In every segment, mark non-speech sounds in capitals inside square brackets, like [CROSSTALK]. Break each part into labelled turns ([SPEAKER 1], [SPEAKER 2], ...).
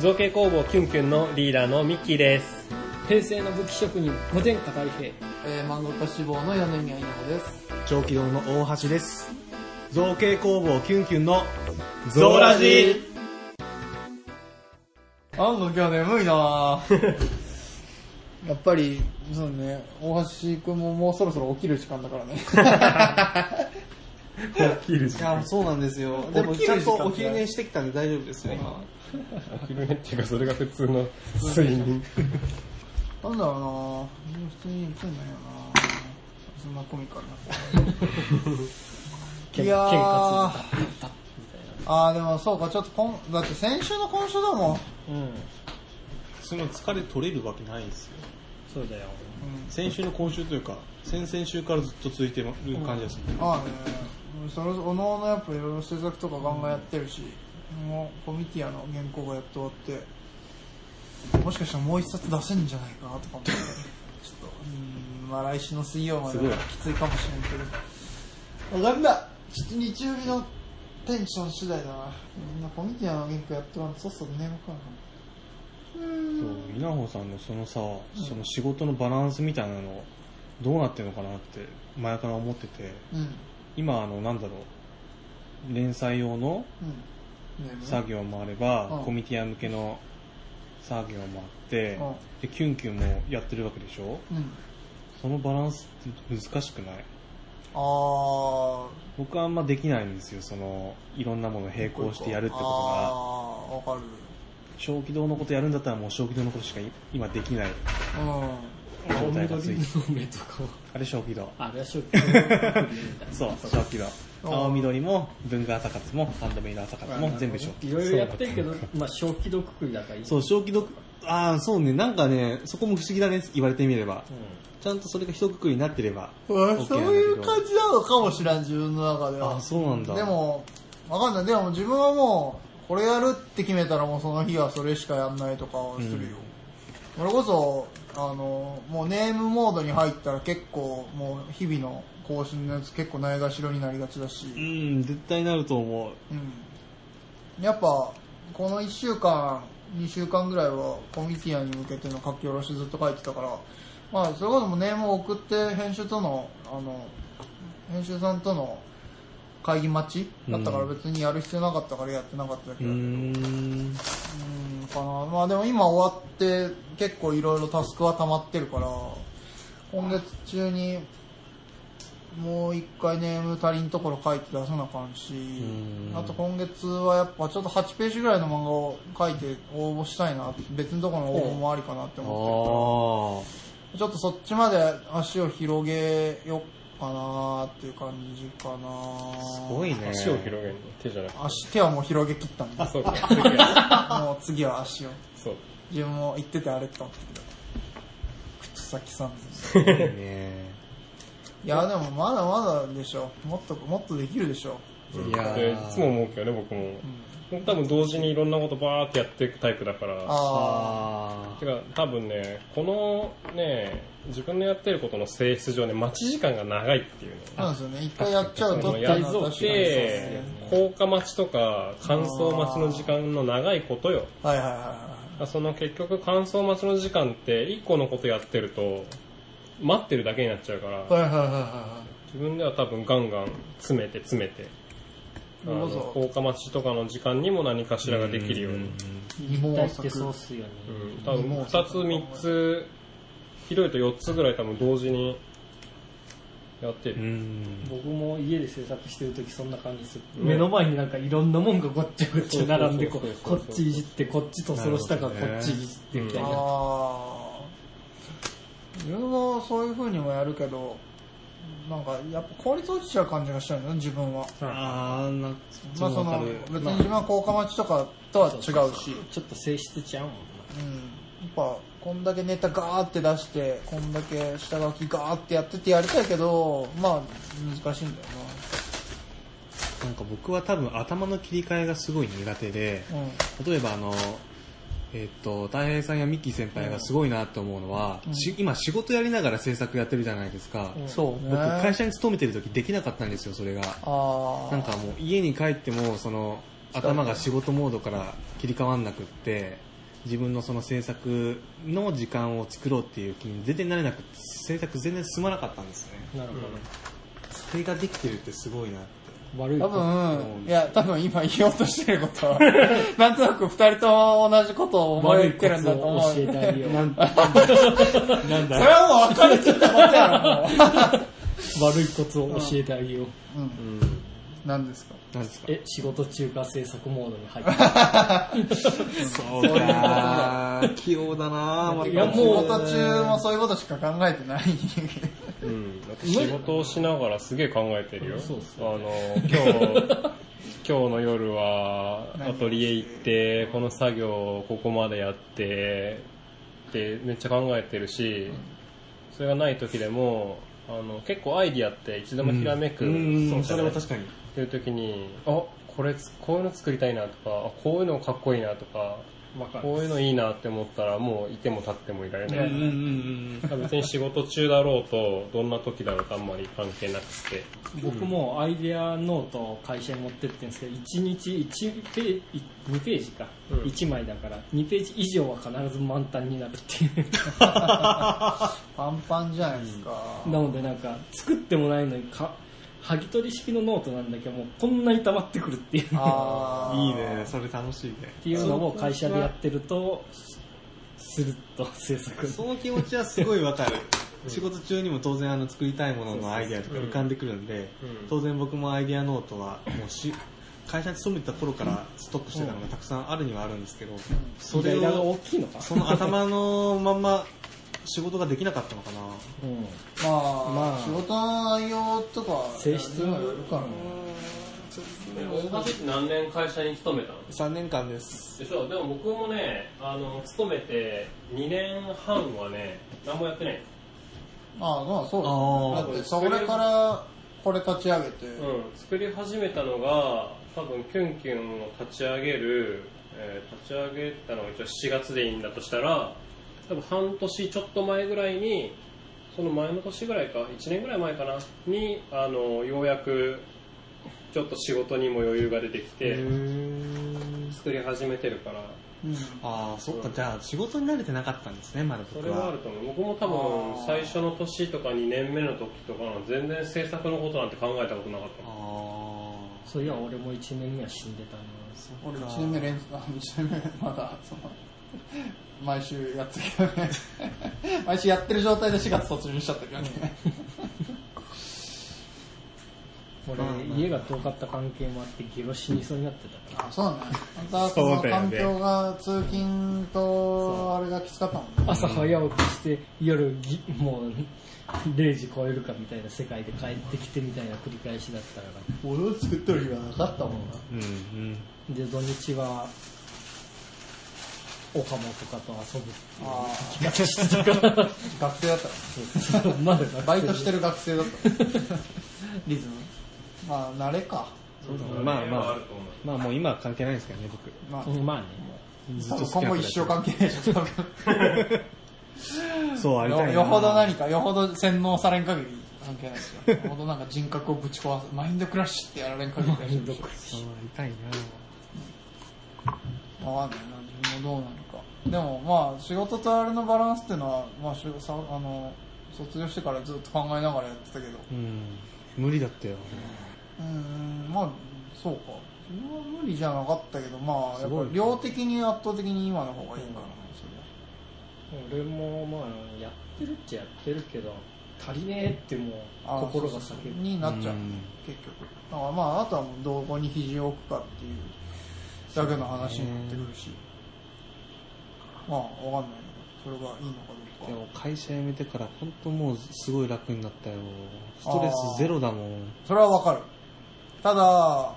[SPEAKER 1] 造形工房キュンキュンのリーダーのミッキーです。
[SPEAKER 2] 平成の武器職人、無天下大平。
[SPEAKER 3] えー、漫画家志望の柳宮稲穂です。
[SPEAKER 4] 長期堂の大橋です。造形工房キュンキュンの
[SPEAKER 1] ゾーラジー
[SPEAKER 3] なんか今日眠いなぁ [LAUGHS] やっぱり、そうね、大橋くんももうそろそろ起きる時間だからね。
[SPEAKER 1] 起きる時
[SPEAKER 3] [LAUGHS]
[SPEAKER 5] いや、そうなんですよ。でも、
[SPEAKER 3] 起き
[SPEAKER 5] ちゃ
[SPEAKER 3] る
[SPEAKER 5] ん
[SPEAKER 3] 時間
[SPEAKER 5] とお昼寝してきたんで大丈夫ですよ、今。
[SPEAKER 1] お昼寝っていうか、それが普通の睡眠。
[SPEAKER 3] なんだろうなぁ普通に起きんだよなぁそんなコミカルな。いや
[SPEAKER 1] 喧
[SPEAKER 3] ー。あーでもそうか、ちょっとこん、だって先週の今週だもん。
[SPEAKER 5] その疲れ取れるわけないんですよ。
[SPEAKER 2] そうだよ。
[SPEAKER 5] 先週の今週というか、先々週からずっと続いてる感じです、
[SPEAKER 3] まあね、それおのおのやっぱいろいろ制作とかガンガンやってるし、もうコミティアの原稿がやっと終わって、もしかしたらもう一冊出せんじゃないかなとか思って、ちょ [LAUGHS] っと、うん、まあ来週の水曜まではきついかもしれんけど、わかんない。ちょっと日曜日のテンション次第だな。みんなコミティアの原稿やってもらって、そっそと眠くなるか
[SPEAKER 5] そう、稲穂さんのそのさ、その仕事のバランスみたいなの、どうなってるのかなって、前から思ってて、
[SPEAKER 3] な。うん。
[SPEAKER 5] 今、あの、なんだろう、連載用の
[SPEAKER 3] うん。眠
[SPEAKER 5] 作業もあれば、
[SPEAKER 3] うん
[SPEAKER 5] コミティア向けの作業もあって、
[SPEAKER 3] うん
[SPEAKER 5] で、キュンキュンもやってるわけでしょ
[SPEAKER 3] うん。
[SPEAKER 5] そのバランスって難しくない
[SPEAKER 3] あー。
[SPEAKER 5] 僕はあんまできないんですよそのいろんなものを並行してやるってことが
[SPEAKER 3] あー、わかる。
[SPEAKER 5] 小気道のことやるんだったらもう小気道のことしかい今できない
[SPEAKER 3] うん。
[SPEAKER 5] 状態がついて
[SPEAKER 2] の目と [LAUGHS] かを。
[SPEAKER 5] あれ小気道
[SPEAKER 2] あ、れはショッ
[SPEAKER 5] そう小気道
[SPEAKER 3] うん
[SPEAKER 5] 青緑も文具朝活もハンドメイド朝活も全部小
[SPEAKER 2] いろいろやってるけど、まあ小気度くくりだからいい。
[SPEAKER 5] そう小気道ああそうねなんかねそこも不思議だね言われてみれば、ちゃんとそれが一括りになってれば
[SPEAKER 3] うん
[SPEAKER 5] OK
[SPEAKER 3] そういう感じなのかもしらん、自分の中では。
[SPEAKER 5] あそうなんだ
[SPEAKER 3] でも、わかんない。でも自分はもう、これやるって決めたらもうその日はそれしかやんないとかはするよ。それこそ、あの、もうネームモードに入ったら結構もう日々の更新のやつ結構ないがしろになりがちだし。
[SPEAKER 5] うん絶対なると思う
[SPEAKER 3] うんやっぱこの1週間2週間ぐらいはコミティアに向けての書き下ろしずっと書いてたからまあそれこそもうネームを送って編集とのあの編集さんとの会議待ちだったから別にやる必要なかったからやってなかっただけ
[SPEAKER 5] う
[SPEAKER 3] ど、
[SPEAKER 5] ん
[SPEAKER 3] うんかなまあでも今終わって結構いろいろタスクは溜まってるから今月中にもう一回ネーム足りんところ書いて出さなあかんし
[SPEAKER 5] うん
[SPEAKER 3] あと今月はやっぱちょっと8ページぐらいの漫画を書いて応募したいな別のところの応募もありかなって
[SPEAKER 5] あ
[SPEAKER 3] 思
[SPEAKER 5] あ
[SPEAKER 3] ってるちょっとそっちまで足を広げよっかなっていう感じかな
[SPEAKER 5] すごいね
[SPEAKER 1] 足を広げるの手じゃなくて。
[SPEAKER 3] 足手はもう広げきったんで
[SPEAKER 5] [LAUGHS]
[SPEAKER 1] あ、そうか。次は
[SPEAKER 3] もう次は足を
[SPEAKER 1] [LAUGHS] そう。
[SPEAKER 3] 自分も言っててあれって思ったけど口先さんです
[SPEAKER 5] すごいね
[SPEAKER 3] いやでもまだまだでしょもっともっとできるでしょ
[SPEAKER 5] いや
[SPEAKER 1] でい
[SPEAKER 5] ー
[SPEAKER 1] つも思うけどね、僕も。僕多分同時にいろんなことバーってやっていくタイプだから。
[SPEAKER 3] あ
[SPEAKER 5] あ
[SPEAKER 1] てか多分ねこのね自分のやってることの性質上ね待ち時間が長いっていうね
[SPEAKER 3] あそうなんですよね一回やっちゃうと
[SPEAKER 1] そ
[SPEAKER 3] っ
[SPEAKER 1] の
[SPEAKER 3] て
[SPEAKER 1] や
[SPEAKER 3] いう
[SPEAKER 1] っ
[SPEAKER 3] のは確かにそうです
[SPEAKER 1] て
[SPEAKER 3] ね
[SPEAKER 1] 効果待ちとか乾燥待ちの時間の長いことよ
[SPEAKER 3] はいはいはいは
[SPEAKER 1] その結局乾燥待ちの時間って1個のことやってると待ってるだけになっちゃうから
[SPEAKER 3] いはいはいはいは
[SPEAKER 1] 自分では多分ガンガン詰めて詰めてあ
[SPEAKER 3] ど
[SPEAKER 1] の
[SPEAKER 3] うぞ
[SPEAKER 1] 効果待ちとかの時間にも何かしらができるように
[SPEAKER 2] 立体ってそうっすよね。
[SPEAKER 1] うん多分2つ3つひどいと4つぐらい多分同時にやって
[SPEAKER 5] う
[SPEAKER 1] る、
[SPEAKER 5] ん
[SPEAKER 2] 僕も家で制作してる時そんな感じする、
[SPEAKER 1] うん
[SPEAKER 2] 目の前になんかいろんなもんがごっちゃごっちゃ並んでこ
[SPEAKER 1] そうそうそうそ
[SPEAKER 2] こ
[SPEAKER 1] う
[SPEAKER 2] っちいじってこっち塗装したからこっちいじってみた
[SPEAKER 3] い
[SPEAKER 2] いな、
[SPEAKER 3] ああ自分もそういう風にもやるけどなんかやっぱ効率落ちちゃう感じがしちゃうね自分は
[SPEAKER 5] あーなんか
[SPEAKER 3] まあそ
[SPEAKER 5] わか
[SPEAKER 3] の
[SPEAKER 5] る
[SPEAKER 3] 別に自分は効果待ちとかとは違うし
[SPEAKER 2] ちょっと性質ちゃうもん
[SPEAKER 3] うんやっぱこんだけネタガーって出してこんだけ下書きガーってやっててやりたいけどまあ難しいんだよ
[SPEAKER 5] なんか僕は多分頭の切り替えがすごい苦手で
[SPEAKER 3] なうん
[SPEAKER 5] 例えばあのえっと大平さんやミッキー先輩がすごいなと思うのは、し今仕事やりながら制作やってるじゃないですか、
[SPEAKER 3] そうね
[SPEAKER 5] 僕会社に勤めてる時できなかったんですよそれが
[SPEAKER 3] ああ
[SPEAKER 5] なんかもう家に帰ってもその頭が仕事モードから切り替わんなくって自分のその制作の時間を作ろうっていう気に全然なれなくて制作全然進まなかったんですね
[SPEAKER 2] なるほど。
[SPEAKER 5] それができてるってすごいなって
[SPEAKER 2] 悪い
[SPEAKER 3] 多
[SPEAKER 2] こと
[SPEAKER 3] 分、いや、多分今言おうとしてることは、
[SPEAKER 2] [LAUGHS]
[SPEAKER 3] なんとなく二人とも同じことを思い
[SPEAKER 2] 悪
[SPEAKER 3] 言
[SPEAKER 2] い
[SPEAKER 3] ってるんだと
[SPEAKER 2] こと
[SPEAKER 3] 思
[SPEAKER 2] を
[SPEAKER 3] う
[SPEAKER 2] 教。えたいよ。
[SPEAKER 3] それは
[SPEAKER 5] なん
[SPEAKER 3] もう分かれちゃったことやろ、も
[SPEAKER 2] 悪いコツを教えてあげよう。
[SPEAKER 3] う。うん。何ですか
[SPEAKER 5] なんですか
[SPEAKER 2] え、仕事中か制作モードに入った。
[SPEAKER 5] そうか器用だなまた
[SPEAKER 2] いやもう
[SPEAKER 3] 仕事中もそういうことしか考えてない。
[SPEAKER 1] うん、私仕事をしながらすげえ考えてるよ。
[SPEAKER 2] そうっす
[SPEAKER 1] あの、
[SPEAKER 5] [LAUGHS]
[SPEAKER 1] 今日、今日の夜はアトリエ行って、この作業をここまでやって、ってめっちゃ考えてるし、それがない時でも、あの結構アイディアっていつでもひらめく、
[SPEAKER 5] うん
[SPEAKER 1] そううん
[SPEAKER 5] それ
[SPEAKER 1] じゃな
[SPEAKER 5] は
[SPEAKER 1] い
[SPEAKER 5] 確かに
[SPEAKER 1] っていう時に、あ、これつ、こういうの作りたいなとか、あこういうのかっこいいなとか、
[SPEAKER 2] わか
[SPEAKER 1] こういうのいいなって思ったら、もういても立ってもいられない。
[SPEAKER 5] うんうん
[SPEAKER 1] 別に仕事中だろうと、どんな時だろうとあんまり関係なくて。
[SPEAKER 2] 僕もアイデアノートを会社に持ってってんですけど、1日1ページ、2ページか。
[SPEAKER 1] うん
[SPEAKER 2] 1枚だから、2ページ以上は必ず満タンになるっていう。
[SPEAKER 3] パンパンじゃないですか。
[SPEAKER 2] なのでなんか、作ってもないのにか、剥ぎ取り式のノートなんだけど、もうこんなに溜まってくるっていう。
[SPEAKER 3] あ
[SPEAKER 5] う
[SPEAKER 3] ー
[SPEAKER 5] んいいねそれ楽しいね
[SPEAKER 2] っていうのを会社でやってると、スルッと制作。
[SPEAKER 5] その気持ちはすごいわかる。仕事中にも当然あの作りたいもののアイディアとか浮かんでくるんで
[SPEAKER 1] うん、
[SPEAKER 5] 当然僕もアイディアノートはもうし会社に勤めてた頃からストックしてたのがたくさんあるにはあるんですけど、それ
[SPEAKER 2] イライラが大
[SPEAKER 5] を
[SPEAKER 2] きいのか
[SPEAKER 5] その頭のまんま仕事ができなかったのかな。
[SPEAKER 2] うん。
[SPEAKER 3] まあ、
[SPEAKER 2] まあ
[SPEAKER 3] 仕事の内容とか、
[SPEAKER 2] 性質
[SPEAKER 3] にもよるかな。
[SPEAKER 1] 大橋って何年会社に勤めたの
[SPEAKER 5] 3年間です。
[SPEAKER 1] でしょでも僕もね、あの、勤めて2年半はね、何もやってない。
[SPEAKER 3] まあ、まあ、そう
[SPEAKER 5] あ
[SPEAKER 3] だ
[SPEAKER 5] ー
[SPEAKER 3] ねだって、それから、これ立ち上げて、
[SPEAKER 1] うん、作り始めたのが、多分キュンキュンを立ち上げる、えー立ち上げたのが一応7月でいいんだとしたら、多分半年ちょっと前ぐらいに、その前の年ぐらいか、1年ぐらい前かな、に、あの、ようやく、ちょっと仕事にも余裕が出てきて、作り始めてるから、
[SPEAKER 3] うん
[SPEAKER 5] ああ、そっか、じゃあ仕事に慣れてなかったんですね、まだ
[SPEAKER 1] そ
[SPEAKER 5] 僕
[SPEAKER 1] れはあ
[SPEAKER 5] は
[SPEAKER 1] る。と思う。僕も多分、最初の年とか2年目の時とかの全然制作のことなんて考えたことなかっ
[SPEAKER 5] あ
[SPEAKER 1] た。
[SPEAKER 5] あ、
[SPEAKER 2] そういや、俺も1年には死んでたな。
[SPEAKER 3] 俺1年目連続、あ1年目まだ、その、毎週やってるけどね。 [LAUGHS] 毎週やってる状態で4月突入しちゃったけどね。
[SPEAKER 2] 俺、家が遠かった関係もあって、ゲロ死にそうになってたから。
[SPEAKER 3] あ、そうね。またその環境が通勤と、あれがきつかったもんね。
[SPEAKER 2] 朝早起きして、夜ぎ、もう、0時超えるかみたいな世界で帰ってきてみたいな繰り返しだったか
[SPEAKER 3] 俺を作ってる日はなかったもんな。
[SPEAKER 5] うんうん。
[SPEAKER 2] ら。で、土日は、オカモとかと遊ぶ。
[SPEAKER 3] ああ、 [LAUGHS]
[SPEAKER 2] 気がしてたから。
[SPEAKER 3] 学生だった。
[SPEAKER 2] [LAUGHS] まだ学生で
[SPEAKER 3] バイトしてる学生だ
[SPEAKER 5] [LAUGHS]
[SPEAKER 3] った。リズム。まあ、慣れか。
[SPEAKER 5] まあま
[SPEAKER 1] は
[SPEAKER 5] あ
[SPEAKER 1] ると思う。
[SPEAKER 5] まあもう今は関係ないですけどね、僕。
[SPEAKER 3] まあ、
[SPEAKER 2] うんまあね、
[SPEAKER 5] ずっと好きな
[SPEAKER 3] 今後
[SPEAKER 5] 子だ
[SPEAKER 3] 一
[SPEAKER 5] け
[SPEAKER 3] 生関係ないじゃん、多分。
[SPEAKER 5] そう、ありたい
[SPEAKER 3] よ
[SPEAKER 5] な
[SPEAKER 3] よほど何か、よほど洗脳されん限り関係ないですよ。よほどなんか人格をぶち壊す、マインドクラッシュってやられん限り大丈夫でし
[SPEAKER 5] そう、ありたいな
[SPEAKER 3] ょ。わかんないな、自分もどうなのか。でもまあ、仕事とあれのバランスっていうのは、まあ、しゅさあの、卒業してからずっと考えながらやってたけど。
[SPEAKER 5] うん。無理だったよ。
[SPEAKER 3] うーん、まあ、そうか。自分は無理じゃなかったけど、まあ、や
[SPEAKER 5] す
[SPEAKER 3] っ
[SPEAKER 5] ごい
[SPEAKER 3] ぱ量的に圧倒的に今の方がいいかな、それは。
[SPEAKER 2] 俺もまあやってるっちゃやってるけど足りねえってもう
[SPEAKER 3] あー
[SPEAKER 2] 心が
[SPEAKER 3] そう
[SPEAKER 2] 叫
[SPEAKER 3] そう
[SPEAKER 2] ぶ
[SPEAKER 3] になっちゃう、
[SPEAKER 5] うん
[SPEAKER 3] 結局だからまああとはもうどこに肘を置くかっていうだけの話になってくるし、まあわかんないけどそれがいいのかど
[SPEAKER 5] で
[SPEAKER 3] うか
[SPEAKER 5] も会社辞めてから本当もうすごい楽になったよ。ストレスゼロだもん。
[SPEAKER 3] それはわかるただわ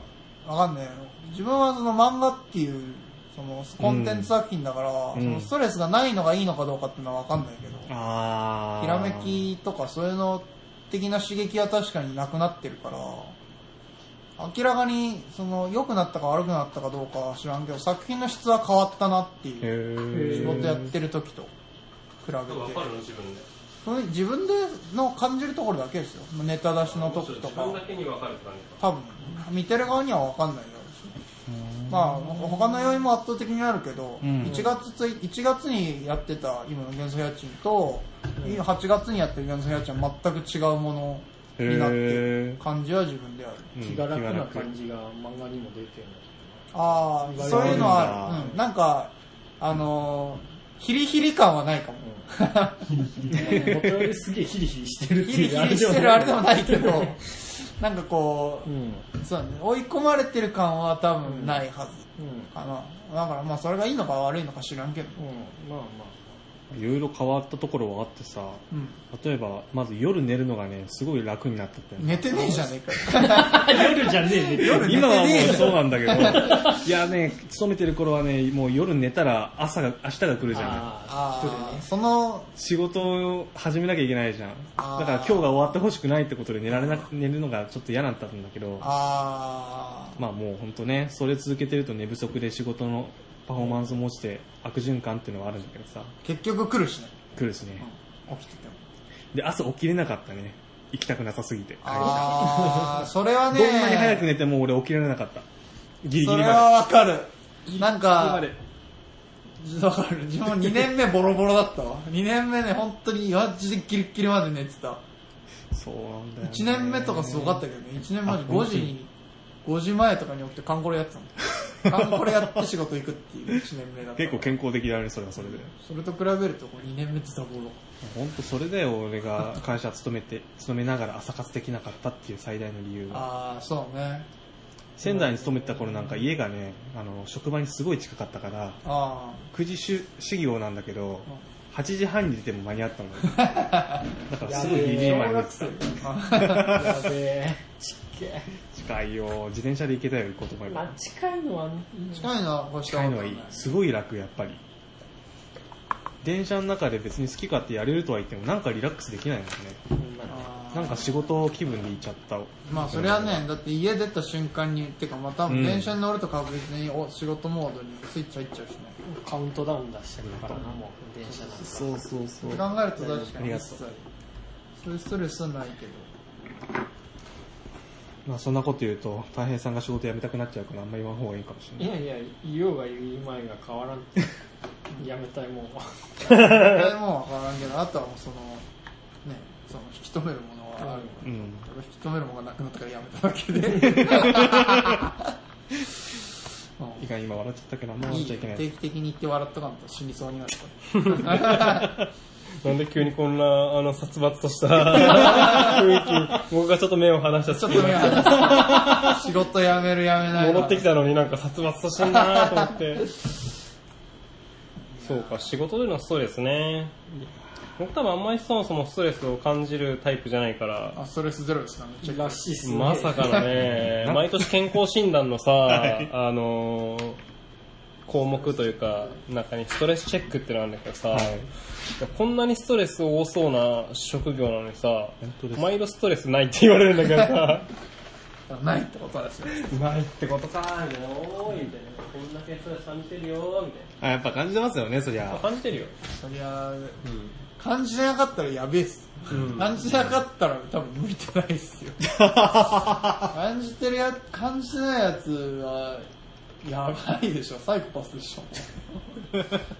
[SPEAKER 3] かんないよ自分はその漫画っていうそのコンテンツ作品だから、
[SPEAKER 5] ん
[SPEAKER 3] そのストレスがないのがいいのかどうかっていうのはわかんないけど、
[SPEAKER 5] ああ。
[SPEAKER 3] ひらめきとかそういうの的な刺激は確かになくなってるから、明らかにその良くなったか悪くなったかどうかは知らんけど、作品の質は変わったなって
[SPEAKER 5] へ
[SPEAKER 3] いう、
[SPEAKER 5] ー
[SPEAKER 3] 仕事やってる時と比べて。
[SPEAKER 1] わかるの自分で。
[SPEAKER 3] それ自分での感じるところだけですよ。ネタ出しの時
[SPEAKER 1] 自
[SPEAKER 3] と
[SPEAKER 1] 分だ
[SPEAKER 3] か。
[SPEAKER 1] けに分かる感じか。
[SPEAKER 3] 多分、見てる側には分かんないだろうし。
[SPEAKER 5] う
[SPEAKER 3] まあ他の要因も圧倒的にあるけど、
[SPEAKER 5] うん
[SPEAKER 3] 1月つい1月にやってた今の元素家賃と、8月にやってる元素家賃は全く違うものになって
[SPEAKER 5] へ
[SPEAKER 3] る
[SPEAKER 5] ー
[SPEAKER 3] 感じは自分である
[SPEAKER 5] うん
[SPEAKER 2] 気が楽な
[SPEAKER 5] 気が楽
[SPEAKER 2] 感じが [LAUGHS] 漫画にも出てる
[SPEAKER 3] ああそういうのはある、うん、なんかあのーヒリヒリ感はないかも、
[SPEAKER 2] の元よりすげえヒリヒリしてるって
[SPEAKER 3] ヒ
[SPEAKER 2] い
[SPEAKER 3] リ
[SPEAKER 2] う
[SPEAKER 3] ヒリしてるあれでも
[SPEAKER 2] い、
[SPEAKER 3] ないけど [LAUGHS] なんかこ
[SPEAKER 2] うん
[SPEAKER 3] うそうだね追い込まれてる感は多分ないはず
[SPEAKER 2] うん
[SPEAKER 3] かな、だからまあそれがいいのか悪いのか知らんけど、
[SPEAKER 2] うん、まあま
[SPEAKER 5] いろいろ変わったところはあってさ
[SPEAKER 3] うん、
[SPEAKER 5] 例えばまず夜寝るのがねすごい楽になったって
[SPEAKER 3] 寝てねえじゃねえかよ
[SPEAKER 2] あ。夜じゃねえね。
[SPEAKER 3] 夜寝て
[SPEAKER 5] 今はも
[SPEAKER 3] ねえ
[SPEAKER 5] う
[SPEAKER 3] じゃ
[SPEAKER 5] そうんなんだけどいやね勤めてる頃はねもう夜寝たら朝が明日が来るじゃん
[SPEAKER 3] あ
[SPEAKER 2] 一人
[SPEAKER 3] ー
[SPEAKER 2] ね
[SPEAKER 3] その
[SPEAKER 5] 仕事を始めなきゃいけないじゃん
[SPEAKER 3] あー
[SPEAKER 5] だから今日が終わってほしくないってことで寝られなく寝るのがちょっと嫌だったんだけど
[SPEAKER 3] あ
[SPEAKER 5] まあもう本当ねそれ続けてると寝不足で仕事のパフォーマンスも落ちて悪循環っていうのはあるんだけどさ
[SPEAKER 3] ー結局来るしね
[SPEAKER 5] 来るしね
[SPEAKER 3] 起きてても
[SPEAKER 5] で朝起きれなかったね行きたくなさすぎて
[SPEAKER 3] ああそれは
[SPEAKER 5] どん
[SPEAKER 3] ね
[SPEAKER 5] なに早く寝ても俺起きられなかったギリギリ
[SPEAKER 3] そ
[SPEAKER 5] まで
[SPEAKER 3] れはわかるなん
[SPEAKER 1] 今
[SPEAKER 3] か
[SPEAKER 1] で
[SPEAKER 3] わかる自分2年目ボロボロだったわ2年目ね本当にマジでギリッギリまで寝てた
[SPEAKER 5] そうなんだよ、ね、
[SPEAKER 3] 1年目とかすごかったけどね1年前に5時に5時前とかに起きてカンコレやってたのカンコレやって仕事行くっていう1年目だった
[SPEAKER 5] 結構健康的だねそれはそれで
[SPEAKER 3] それと比べると2年目ってザボロ
[SPEAKER 5] 本当それだよ俺が会社勤めて勤めながら朝活できなかったっていう最大の理由が
[SPEAKER 3] ああそうね
[SPEAKER 5] 仙台に勤めてた頃なんか家がねあの職場にすごい近かったから
[SPEAKER 3] あ
[SPEAKER 5] 9時終始業なんだけど8時半に出ても間に合ったの [LAUGHS] よだからすごいギリギリまで寝てた
[SPEAKER 2] やべえ。ちっけ
[SPEAKER 5] 近いよ自転車で行けたよ行こうと思え
[SPEAKER 2] ま
[SPEAKER 5] ば
[SPEAKER 2] あ近いのは、
[SPEAKER 3] あ近いのはこうした
[SPEAKER 5] 近
[SPEAKER 3] こ
[SPEAKER 5] い
[SPEAKER 3] と
[SPEAKER 5] の
[SPEAKER 3] な
[SPEAKER 5] はいいすごい楽やっぱり電車の中で別に好き勝手やれるとは言ってもなんかリラックスできないもんね
[SPEAKER 2] うんまあ
[SPEAKER 3] あー
[SPEAKER 5] なんか仕事気分でいっちゃった
[SPEAKER 3] まあそれはねだって家出た瞬間にてかまあ多分電車に乗ると確実にお仕事モードにスイッチ入っちゃうしね
[SPEAKER 2] カウントダウン出したりだからな、もう電車なんか。
[SPEAKER 5] そうそうそ
[SPEAKER 3] って考えると確か
[SPEAKER 5] あり
[SPEAKER 3] に
[SPEAKER 5] が
[SPEAKER 3] 一
[SPEAKER 5] と
[SPEAKER 3] 切
[SPEAKER 5] う
[SPEAKER 3] そういうストレスはないけど
[SPEAKER 5] まあそんなこと言うと大平さんが仕事辞めたくなっちゃうからあんまり言わん方がいいかもしれ
[SPEAKER 2] い
[SPEAKER 5] ない
[SPEAKER 2] やいや、言おうが言う前が変わらんって。やめたいもんは。
[SPEAKER 3] それも分からんけどあとはもうそのねその引き止めるものはある
[SPEAKER 5] うん
[SPEAKER 3] 俺引き止めるものがなくなったからやめただけで
[SPEAKER 5] いかん今笑っちゃったけどあんま
[SPEAKER 3] い
[SPEAKER 5] 笑っ
[SPEAKER 3] い
[SPEAKER 5] ちゃ
[SPEAKER 3] よ
[SPEAKER 5] いけない
[SPEAKER 3] 定期的に言って笑っとかんと死にそうになるから
[SPEAKER 1] なんで急にこんな、あの、殺伐とした
[SPEAKER 3] [LAUGHS]
[SPEAKER 1] 雰囲気、僕がちょっと目を離した
[SPEAKER 3] ちょ
[SPEAKER 1] 隙
[SPEAKER 3] っ
[SPEAKER 1] に
[SPEAKER 3] とねあの仕事辞める辞めない
[SPEAKER 1] 戻ってき
[SPEAKER 3] た
[SPEAKER 1] たのになんか殺伐としてんだなと思って。そうか、仕事でのストレスね。僕多分あんまりそもそもストレスを感じるタイプじゃないから、
[SPEAKER 3] あストレスゼロですからめっちゃ
[SPEAKER 2] らしいっすね。
[SPEAKER 1] まさかの [LAUGHS] ね、毎年健康診断 [LAUGHS] のさ、あのー項目というか、中にストレスチェックってのがあるんだけどさ、
[SPEAKER 5] はい
[SPEAKER 1] こんなにストレス多そうな職業なのにさ
[SPEAKER 5] 本当で、す
[SPEAKER 1] 毎度ストレスないって言われるんだけどさ、
[SPEAKER 3] ないってことですよ
[SPEAKER 1] ないってことか、みたいな、おーい、みたいな、こんだけストレス感じてるよ、みたい
[SPEAKER 5] あやっぱ感じてますよねそり
[SPEAKER 1] な。
[SPEAKER 5] ゃ
[SPEAKER 1] 感じてるよ。
[SPEAKER 3] そりゃ感じなかったらやべえっす感じなかったら多分向いてないっす [LAUGHS] よ感じてるや感じてないやつはやばいでしょサイコパスでし [LAUGHS]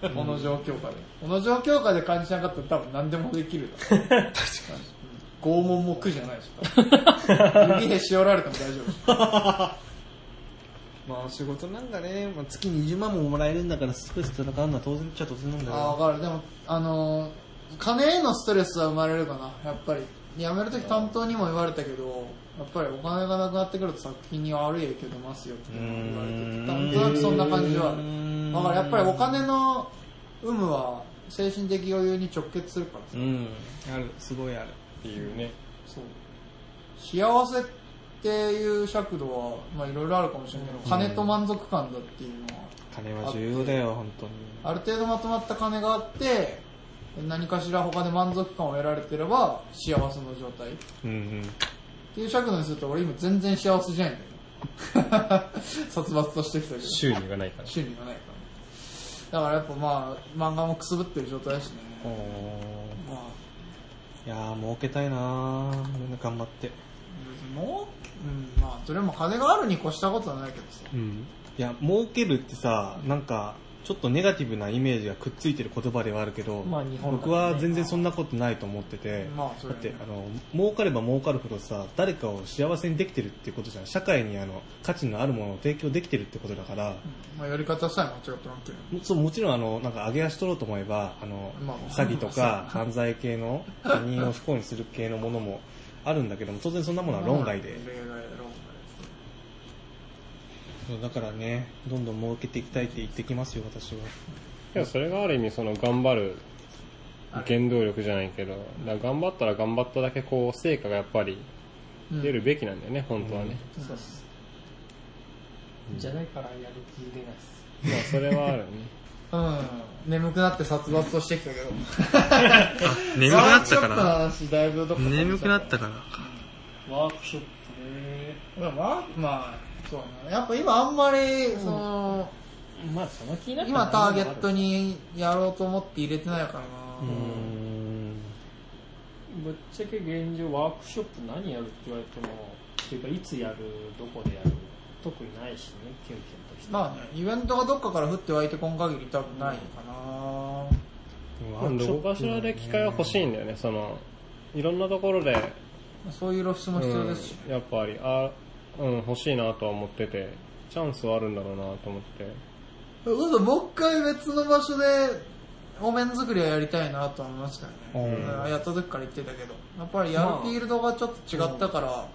[SPEAKER 3] ょこの状況下でこの状況下で感じなかったら多分何でもできる [LAUGHS] 確かに拷問も苦じゃないでしょ多 [LAUGHS] 分指へし折られても大丈夫でしょ
[SPEAKER 5] まあ仕事なんかね、まあ、月20万ももらえるんだからストレスとかあんな当然っちゃ当然なんだ
[SPEAKER 3] ああ分かるでもあのー金へのストレスは生まれるかなやっぱり辞める時担当にも言われたけどやっぱりお金がなくなってくると作品に悪い影響出ますよって言われててなんとなくそんな感じはあるだからやっぱりお金の有無は精神的余裕に直結するからさ
[SPEAKER 5] うんあるすごいある
[SPEAKER 1] っていうね。
[SPEAKER 3] そう幸せっていう尺度はまあいろいろあるかもしれないけど金と満足感だっていうのは
[SPEAKER 5] 金は重要だよ本当に
[SPEAKER 3] ある程度まとまった金があって何かしら他で満足感を得られてれば幸せの状態っ
[SPEAKER 5] うんうん
[SPEAKER 3] ていう尺度にすると俺今全然幸せじゃないんだよ [LAUGHS] 殺伐としてきたけど
[SPEAKER 1] 収入がないから。
[SPEAKER 3] 収入がないからだからやっぱまあ漫画もくすぶってる状態だしね
[SPEAKER 5] おー
[SPEAKER 3] ま
[SPEAKER 5] いやー儲けたいなーみんな頑張って
[SPEAKER 3] あもう、うん、まあそれも金があるに越したことはないけどさ
[SPEAKER 5] うんいや儲けるってさなんかちょっとネガティブなイメージがくっついてる言葉ではあるけど、
[SPEAKER 2] まあ日本だとね
[SPEAKER 5] 僕は全然そんなことないと思ってて、
[SPEAKER 3] まあそ
[SPEAKER 5] だ
[SPEAKER 3] れ
[SPEAKER 5] っ
[SPEAKER 3] はね
[SPEAKER 5] てあの儲かれば儲かるほどさ誰かを幸せにできてるっていうことじゃん社会にあの価値のあるものを提供できてるってことだから、
[SPEAKER 3] まあ、やり方さえ間違ってなけれ
[SPEAKER 5] もそうもちろんあのなんか上げ足取ろうと思えばあの、
[SPEAKER 3] まあ
[SPEAKER 5] 詐欺とか犯罪系の他人を不幸にする系のものもあるんだけども当然そんなものは
[SPEAKER 3] ば
[SPEAKER 5] 論外で、
[SPEAKER 3] 例外論外
[SPEAKER 5] そうだからねどんどん儲けていきたいって言ってきますよ私は
[SPEAKER 1] でもそれがある意味その頑張る原動力じゃないけどだから頑張ったら頑張っただけこう成果がやっぱり出るべきなんだよね、本当はね、
[SPEAKER 2] そうっすじゃないからやる気出ないっす
[SPEAKER 1] まあそれはあるよね
[SPEAKER 3] うん眠くなって殺伐としてきたけど
[SPEAKER 5] 眠
[SPEAKER 3] ワークショップの話だいぶどっか飛んじゃ
[SPEAKER 5] たから
[SPEAKER 2] ワークショップね
[SPEAKER 3] まあまあそうだなやっぱ今あんまりその、
[SPEAKER 2] まあその気になったら
[SPEAKER 3] 今ターゲットにやろうと思って入れてないからな、
[SPEAKER 5] うん
[SPEAKER 2] ぶっちゃけ現状ワークショップ何やるって言われてもっていうかいつやるどこでやる特にないしねキュンキュンとして
[SPEAKER 3] まあねイベントがどっかから降って湧いてこん限り多分ないかな、
[SPEAKER 1] まあどこかしらで機会は欲しいんだよねそのいろんなところで、
[SPEAKER 3] そういう露出も必要ですし、
[SPEAKER 1] うんやっぱりあ、うん、欲しいなとは思っててチャンスはあるんだろうなと思って
[SPEAKER 3] うそもう一回別の場所でお面作りはやりたいなとは思いましたね、
[SPEAKER 5] うん
[SPEAKER 3] やった時から言ってたけどやっぱりやるフィールドがちょっと違ったから、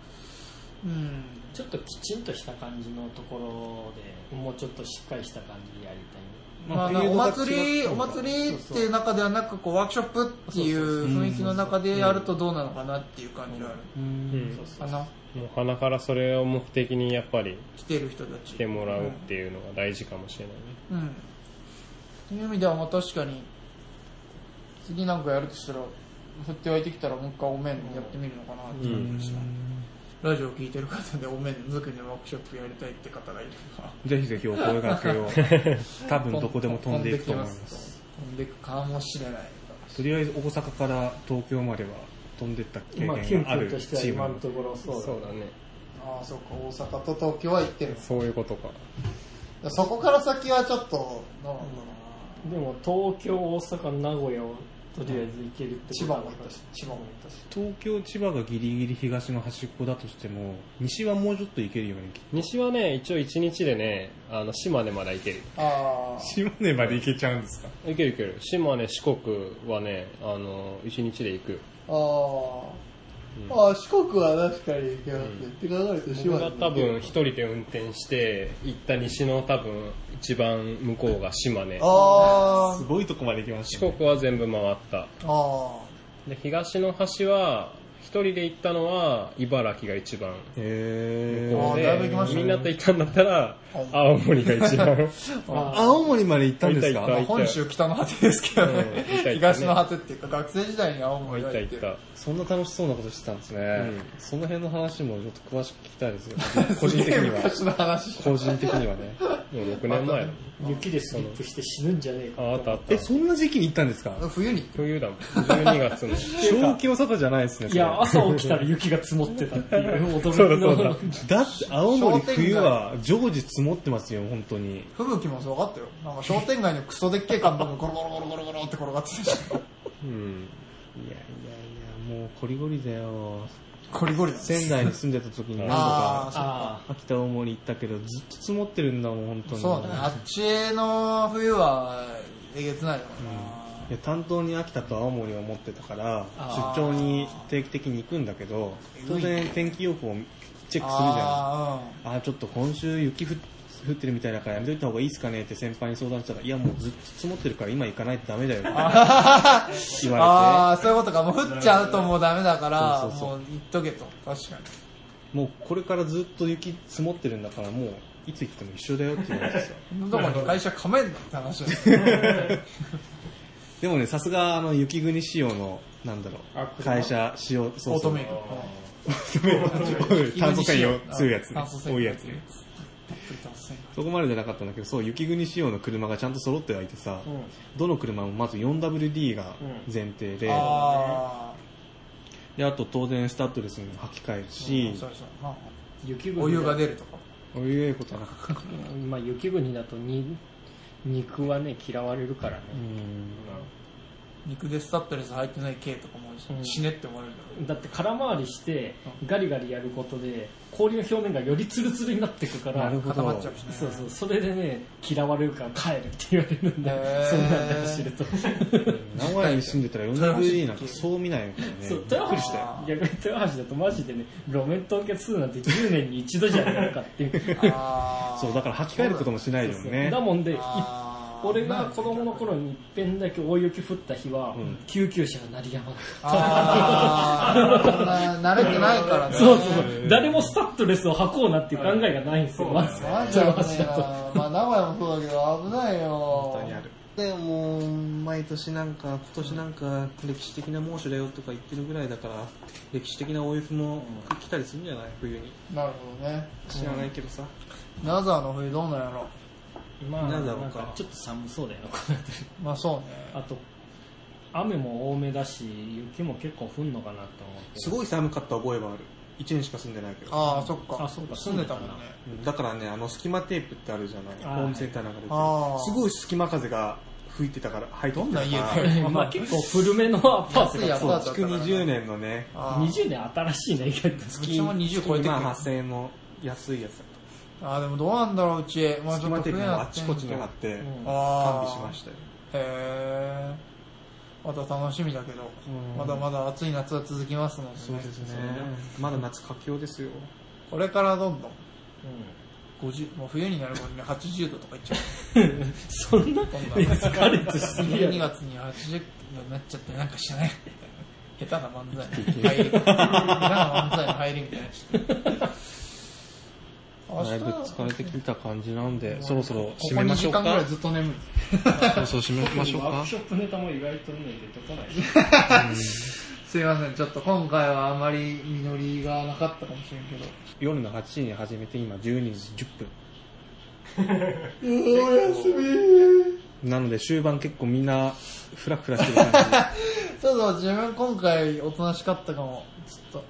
[SPEAKER 3] うん
[SPEAKER 2] ちょっときちんとした感じのところでもうちょっとしっかりした感じでやりたい
[SPEAKER 3] まあ、
[SPEAKER 5] フィー
[SPEAKER 3] お
[SPEAKER 5] ルドが違った
[SPEAKER 3] 祭り、お祭りっていう中ではなく、こう、ワークショップっていう雰囲気の中でやるとどうなのかなっていう感じがある。
[SPEAKER 1] うん
[SPEAKER 2] そうそ
[SPEAKER 3] か
[SPEAKER 2] う
[SPEAKER 3] な
[SPEAKER 1] もう鼻からそれを目的にやっぱり
[SPEAKER 3] 来てる人た
[SPEAKER 1] 来
[SPEAKER 3] ち。
[SPEAKER 1] てもらうっていうのが大事かもしれないね、
[SPEAKER 3] うん。という意味では、まあ確かに、次なんかやるとしたら、振って湧いてきたらもう一回お面やってみるのかなっていう感じがします。ラジオ聞いてる方でお面作りのワークショップやりたいって方がいれば、
[SPEAKER 5] ぜひぜひお声掛けを多分どこでも飛んでいくと思いま
[SPEAKER 3] 飛んでき
[SPEAKER 5] す
[SPEAKER 3] と飛んでいくかもしれない。
[SPEAKER 5] とりあえず大阪から東京までは飛んでった経
[SPEAKER 2] まあキ
[SPEAKER 5] 験
[SPEAKER 2] ュン
[SPEAKER 5] が
[SPEAKER 2] キ
[SPEAKER 5] あ
[SPEAKER 2] ュ
[SPEAKER 5] る
[SPEAKER 2] ンとしては
[SPEAKER 5] チー
[SPEAKER 2] 今の
[SPEAKER 5] ム
[SPEAKER 2] ところそうだ
[SPEAKER 1] そうだね
[SPEAKER 3] ああ、そうか、大阪と東京は行ってるんですね
[SPEAKER 1] そういうことか
[SPEAKER 3] そこから先はちょっと、なんだろ
[SPEAKER 2] でも東京大阪名古屋をとりあえず行けるっ
[SPEAKER 3] う
[SPEAKER 2] て
[SPEAKER 3] 千葉も行った
[SPEAKER 2] し
[SPEAKER 3] し、千葉も行ったし。
[SPEAKER 5] 東京千葉がギリギリ東の端っこだとしても西はもうちょっと行けるように
[SPEAKER 1] 西はね一応1日でねあの島根まで行ける
[SPEAKER 3] あ
[SPEAKER 5] [LAUGHS] 島根まで行けちゃうんですか
[SPEAKER 1] 行ける行ける島根四国はねあの1日で行くよ
[SPEAKER 3] あ、ああ、ああ、四国は確かに行けますね。って考えると
[SPEAKER 1] 僕
[SPEAKER 3] 島
[SPEAKER 1] が
[SPEAKER 3] 根
[SPEAKER 1] 多分一人で運転して行った西の多分一番向こうが島根
[SPEAKER 3] あ
[SPEAKER 5] すごいとこまで行きましたね
[SPEAKER 1] 四国は全部回った
[SPEAKER 3] あ、あ
[SPEAKER 1] で東の端は一人で行ったのは茨城が一番
[SPEAKER 5] へ
[SPEAKER 1] 向こう
[SPEAKER 3] あーだいぶ行きまし
[SPEAKER 1] で
[SPEAKER 3] た
[SPEAKER 1] みん
[SPEAKER 3] ね
[SPEAKER 1] なと行ったんだったら青森が
[SPEAKER 3] [LAUGHS]
[SPEAKER 1] 一番
[SPEAKER 5] ー青森まで行ったんです
[SPEAKER 1] 行った
[SPEAKER 5] か
[SPEAKER 3] あ。
[SPEAKER 1] 行った
[SPEAKER 3] 本州北の果てですけどね
[SPEAKER 1] うん行った行った。ね
[SPEAKER 3] 東の果てっていうか、学生時代に青
[SPEAKER 1] 行
[SPEAKER 3] 森
[SPEAKER 1] っ
[SPEAKER 3] は
[SPEAKER 1] た
[SPEAKER 3] 行
[SPEAKER 1] 行
[SPEAKER 3] って
[SPEAKER 1] っ
[SPEAKER 3] る。
[SPEAKER 1] た
[SPEAKER 5] そんな楽しそうなことしてたんですね、
[SPEAKER 1] うん
[SPEAKER 5] その辺の話もちょっと詳しく聞きたいですよ [LAUGHS] 個人的
[SPEAKER 3] すげえ
[SPEAKER 5] には
[SPEAKER 3] 昔の話。
[SPEAKER 5] 個人的には [LAUGHS] ね
[SPEAKER 1] もう6年前だ
[SPEAKER 2] 雪でスリップして死ぬんじゃねえか
[SPEAKER 1] ああったあった
[SPEAKER 5] えそんな時期に行ったんですか
[SPEAKER 3] 冬に
[SPEAKER 1] 冬だもん12月の
[SPEAKER 5] 正気を沙汰じゃないですねそ
[SPEAKER 2] い
[SPEAKER 5] れ
[SPEAKER 2] や朝起きたら雪が積もってたっていう驚きの
[SPEAKER 1] そうだそうだ
[SPEAKER 5] だって青森冬は常時積もってますよ本当に
[SPEAKER 3] 吹雪もすごかったよ。なんか商店街のクソでっけえ看板がゴロゴロゴロゴロゴロって転がってたし。
[SPEAKER 1] うん
[SPEAKER 5] いやいやいやもうこりごりだ [LAUGHS] よ
[SPEAKER 3] ゴリゴリなんです。
[SPEAKER 5] 仙台に住んでた時に何度
[SPEAKER 3] ああ、
[SPEAKER 5] か
[SPEAKER 3] そうか。
[SPEAKER 2] [LAUGHS] あ
[SPEAKER 5] 秋田大森行ったけどずっと積もってるんだもん本当に
[SPEAKER 3] そうね、あっちの冬はえげつないだろう
[SPEAKER 5] いや担当に秋田と青森を持ってたから
[SPEAKER 3] あー
[SPEAKER 5] 出張に定期的に行くんだけど当然天気予報をチ
[SPEAKER 3] な。
[SPEAKER 5] ェックするじゃん
[SPEAKER 3] あ
[SPEAKER 5] あーちょっと今週雪降っ降ってるみたいだからやめといた方がいいですかねって先輩に相談したらいやもうずっと積もってるから今行かないとダメ [LAUGHS] だよって言
[SPEAKER 3] ーうん
[SPEAKER 5] われて
[SPEAKER 3] あー、そういうことか。もう降っちゃうともうダメだから、
[SPEAKER 5] そうそうそう
[SPEAKER 3] もう言っとけと。確かに。
[SPEAKER 5] もうこれからずっと雪積もってるんだからもういつ行っても一緒だよって言われてさ
[SPEAKER 3] そんなとこに会社構えんなって話ですよ。
[SPEAKER 5] [LAUGHS] でもねさすがあの雪国仕様のなんだろ
[SPEAKER 2] あ
[SPEAKER 5] う会社仕様そ
[SPEAKER 3] オ
[SPEAKER 5] う
[SPEAKER 3] ート
[SPEAKER 5] そう
[SPEAKER 3] メイク。
[SPEAKER 5] [LAUGHS] 炭素繊維強いやつね
[SPEAKER 3] 炭素繊維
[SPEAKER 5] 多いやつね
[SPEAKER 3] たっぷり炭素繊維
[SPEAKER 5] そこまでじゃなかったんだけどそう雪国仕様の車がちゃんと揃ってはいてさ、どの車もまず 4WD が前提で,、
[SPEAKER 3] あ
[SPEAKER 5] であと当然スタッドレスに履き替える
[SPEAKER 3] ー
[SPEAKER 5] し、
[SPEAKER 3] そうそう。あ
[SPEAKER 2] 雪
[SPEAKER 3] お
[SPEAKER 2] 国
[SPEAKER 3] 湯が出るとか。
[SPEAKER 5] おいええことはなかった
[SPEAKER 2] まあ雪国だとに肉はね嫌われるからね、
[SPEAKER 5] うん
[SPEAKER 3] 肉でスタッドレス入ってない系とかも
[SPEAKER 2] うん
[SPEAKER 3] 死ねって思われるだろ
[SPEAKER 2] だって空回りしてガリガリやることで氷の表面がよりツルツルになっていくから
[SPEAKER 5] なるほど
[SPEAKER 3] 固まっちゃうしね
[SPEAKER 2] そうそうそれでね嫌われるから帰るって言われるんだよ、
[SPEAKER 3] へー
[SPEAKER 2] そんなんで走ると、
[SPEAKER 5] 名古屋に住んでたら 4WD なんかそう見ないからね
[SPEAKER 2] そう
[SPEAKER 5] びっ
[SPEAKER 2] 豊
[SPEAKER 5] く
[SPEAKER 2] 橋
[SPEAKER 5] りしたよ
[SPEAKER 2] 逆に豊橋だとマジでね路面凍結するなんて10年に一度じゃないかっていう
[SPEAKER 3] あー
[SPEAKER 5] そうだから履き替えることもしないよね
[SPEAKER 2] だもんでい
[SPEAKER 3] あー
[SPEAKER 2] 俺が子供の頃に一遍だけ大雪降った日は、
[SPEAKER 5] ん
[SPEAKER 2] 救急車が鳴りやまない
[SPEAKER 3] あーな慣れてないからね
[SPEAKER 2] そうそうそう誰もスタッドレスを履こうなっていう考えがないんですよ、まず
[SPEAKER 3] マジ危ねえなまあ名古屋もそうだけど危ないよ
[SPEAKER 5] 本当にある
[SPEAKER 4] でもう毎年なんか今年なんか歴史的な猛暑だよとか言ってるぐらいだから歴史的な大雪も来たりするんじゃない冬に
[SPEAKER 3] なるほどね
[SPEAKER 4] 知らないけどさ、
[SPEAKER 3] ナザーの冬どうなんやろ
[SPEAKER 2] まあ
[SPEAKER 4] なんだろう
[SPEAKER 2] なん
[SPEAKER 4] か
[SPEAKER 2] かちょっと寒そうだよなこの後
[SPEAKER 3] まあそうね
[SPEAKER 2] あと雨も多めだし雪も結構降んのかなと思って
[SPEAKER 5] すごい寒かった覚えはある1年しか住んでないけど
[SPEAKER 3] ああそっか
[SPEAKER 2] あそうか
[SPEAKER 3] 住んでたもんね
[SPEAKER 5] うんだからねあの隙間テープってあるじゃない
[SPEAKER 2] あー
[SPEAKER 5] ホームセンターなんかで売って
[SPEAKER 3] あ
[SPEAKER 5] る
[SPEAKER 3] ー
[SPEAKER 5] すごい隙間風が吹いてたから入って
[SPEAKER 3] どんな家
[SPEAKER 5] だ
[SPEAKER 3] だよ
[SPEAKER 2] まあ結構古めのアパ
[SPEAKER 3] 安
[SPEAKER 2] ー
[SPEAKER 3] いアパート
[SPEAKER 5] そう
[SPEAKER 2] ト
[SPEAKER 3] だった
[SPEAKER 5] 築
[SPEAKER 3] からな
[SPEAKER 5] 20年のね
[SPEAKER 3] あー
[SPEAKER 2] 20年新しいね意外と
[SPEAKER 3] うちも20超えてく
[SPEAKER 5] ま
[SPEAKER 3] る
[SPEAKER 5] あ8000円の安いやつだっ
[SPEAKER 3] あーでもどうなんだろううちま
[SPEAKER 5] た
[SPEAKER 3] あち
[SPEAKER 5] 隙
[SPEAKER 3] ょ
[SPEAKER 5] 間
[SPEAKER 3] っと
[SPEAKER 5] テープ
[SPEAKER 3] 冬
[SPEAKER 5] もあ
[SPEAKER 3] な
[SPEAKER 5] っちこっちに貼
[SPEAKER 3] あ
[SPEAKER 5] って
[SPEAKER 2] うん
[SPEAKER 5] 完
[SPEAKER 3] あ
[SPEAKER 5] 備しましたよ
[SPEAKER 3] たへえまた楽しみだけど
[SPEAKER 5] うん
[SPEAKER 3] まだまだ暑い夏は続きますのでね
[SPEAKER 5] そうですねまだ夏佳境ですよ
[SPEAKER 3] これからどんどん
[SPEAKER 2] う
[SPEAKER 3] 50もう冬になる頃には80度とかいっちゃうん
[SPEAKER 2] そんな
[SPEAKER 3] 今度は
[SPEAKER 2] エスカレートしすぎや
[SPEAKER 3] 12
[SPEAKER 2] ろ
[SPEAKER 3] 月に80度になっちゃってなんかしてね下手な漫才の入り下手な漫才の入りみたいなやつ明日
[SPEAKER 5] だいぶ疲れてきた感じなんでそろそろ
[SPEAKER 3] こ
[SPEAKER 5] 締
[SPEAKER 3] こ
[SPEAKER 5] め
[SPEAKER 3] 2
[SPEAKER 5] ましょ
[SPEAKER 3] 時
[SPEAKER 5] う
[SPEAKER 3] 間ぐらい
[SPEAKER 5] か
[SPEAKER 3] ずっと眠い
[SPEAKER 5] そろそろ締めましょう
[SPEAKER 2] ワー [LAUGHS]
[SPEAKER 5] か
[SPEAKER 2] クショップネタも意外とね出てこない
[SPEAKER 3] すいませんちょっと今回はあまり実りがなかったかもしれんけど
[SPEAKER 5] 夜の8時に始めて今12時10分
[SPEAKER 3] おやすみ
[SPEAKER 5] なので終盤結構みんなフラフラしてる感
[SPEAKER 3] ちょっと自分今回おとなしかったかもちょっ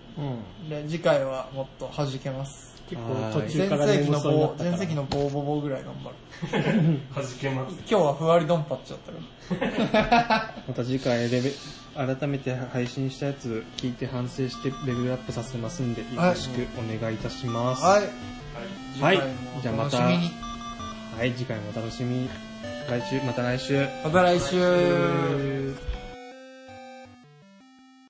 [SPEAKER 2] う
[SPEAKER 3] と
[SPEAKER 2] ん
[SPEAKER 3] で次回はもっと弾けます
[SPEAKER 2] 結
[SPEAKER 5] は
[SPEAKER 2] 構
[SPEAKER 5] い
[SPEAKER 2] 途
[SPEAKER 3] 前
[SPEAKER 2] 中から
[SPEAKER 3] 世紀
[SPEAKER 2] 眠
[SPEAKER 3] の
[SPEAKER 2] そうになっ
[SPEAKER 3] 棒
[SPEAKER 2] た
[SPEAKER 3] 前世紀
[SPEAKER 2] か
[SPEAKER 3] のボーボーボーぐらい頑張る
[SPEAKER 1] 弾けます
[SPEAKER 3] 今日はふわりドンパっちゃったから
[SPEAKER 5] じまた次回レベ改めて配信したやつ聞いて反省してレベルアップさせますんでよろしくお願いいたします
[SPEAKER 3] はい。
[SPEAKER 5] はい
[SPEAKER 3] じ
[SPEAKER 5] じ
[SPEAKER 3] ゃあ
[SPEAKER 5] ゃあ
[SPEAKER 3] ま
[SPEAKER 5] ま
[SPEAKER 3] た。
[SPEAKER 5] た
[SPEAKER 3] 楽しみに。
[SPEAKER 5] はい、次回もお楽しみに来週また来週
[SPEAKER 3] また来週。